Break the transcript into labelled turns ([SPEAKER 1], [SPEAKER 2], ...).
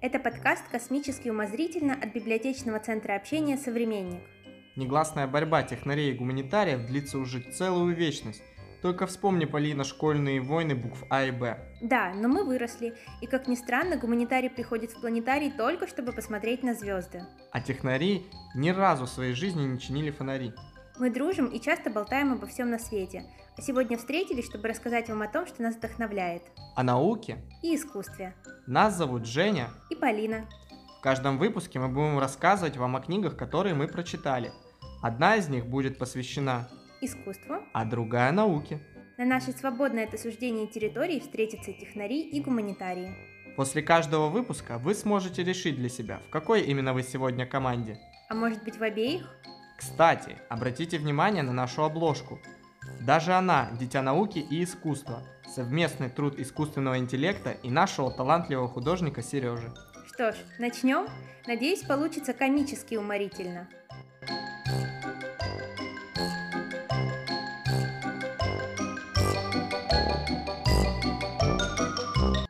[SPEAKER 1] Это подкаст «Космически умозрительно» от Библиотечного центра общения «Современник».
[SPEAKER 2] Негласная борьба технарей и гуманитариев длится уже целую вечность. Только вспомни, Полина, школьные войны букв А и Б.
[SPEAKER 1] Да, но мы выросли, и как ни странно, гуманитарий приходит в планетарий только чтобы посмотреть на звезды.
[SPEAKER 2] А технари ни разу в своей жизни не чинили фонари.
[SPEAKER 1] Мы дружим и часто болтаем обо всем на свете, а сегодня встретились, чтобы рассказать вам о том, что нас вдохновляет.
[SPEAKER 2] О науке
[SPEAKER 1] И искусстве.
[SPEAKER 2] А нас зовут Женя.
[SPEAKER 1] И Полина.
[SPEAKER 2] В каждом выпуске мы будем рассказывать вам о книгах, которые мы прочитали. Одна из них будет посвящена,
[SPEAKER 1] Искусству.
[SPEAKER 2] а другая науке.
[SPEAKER 1] На нашей свободной от осуждения территории встретятся технари и гуманитарии.
[SPEAKER 2] После каждого выпуска вы сможете решить для себя, в какой именно вы сегодня команде.
[SPEAKER 1] А может быть в обеих?
[SPEAKER 2] Кстати, обратите внимание на нашу обложку. Даже она – дитя науки и искусства, совместный труд искусственного интеллекта и нашего талантливого художника Сережи.
[SPEAKER 1] Что ж, начнем? Надеюсь, получится комически уморительно.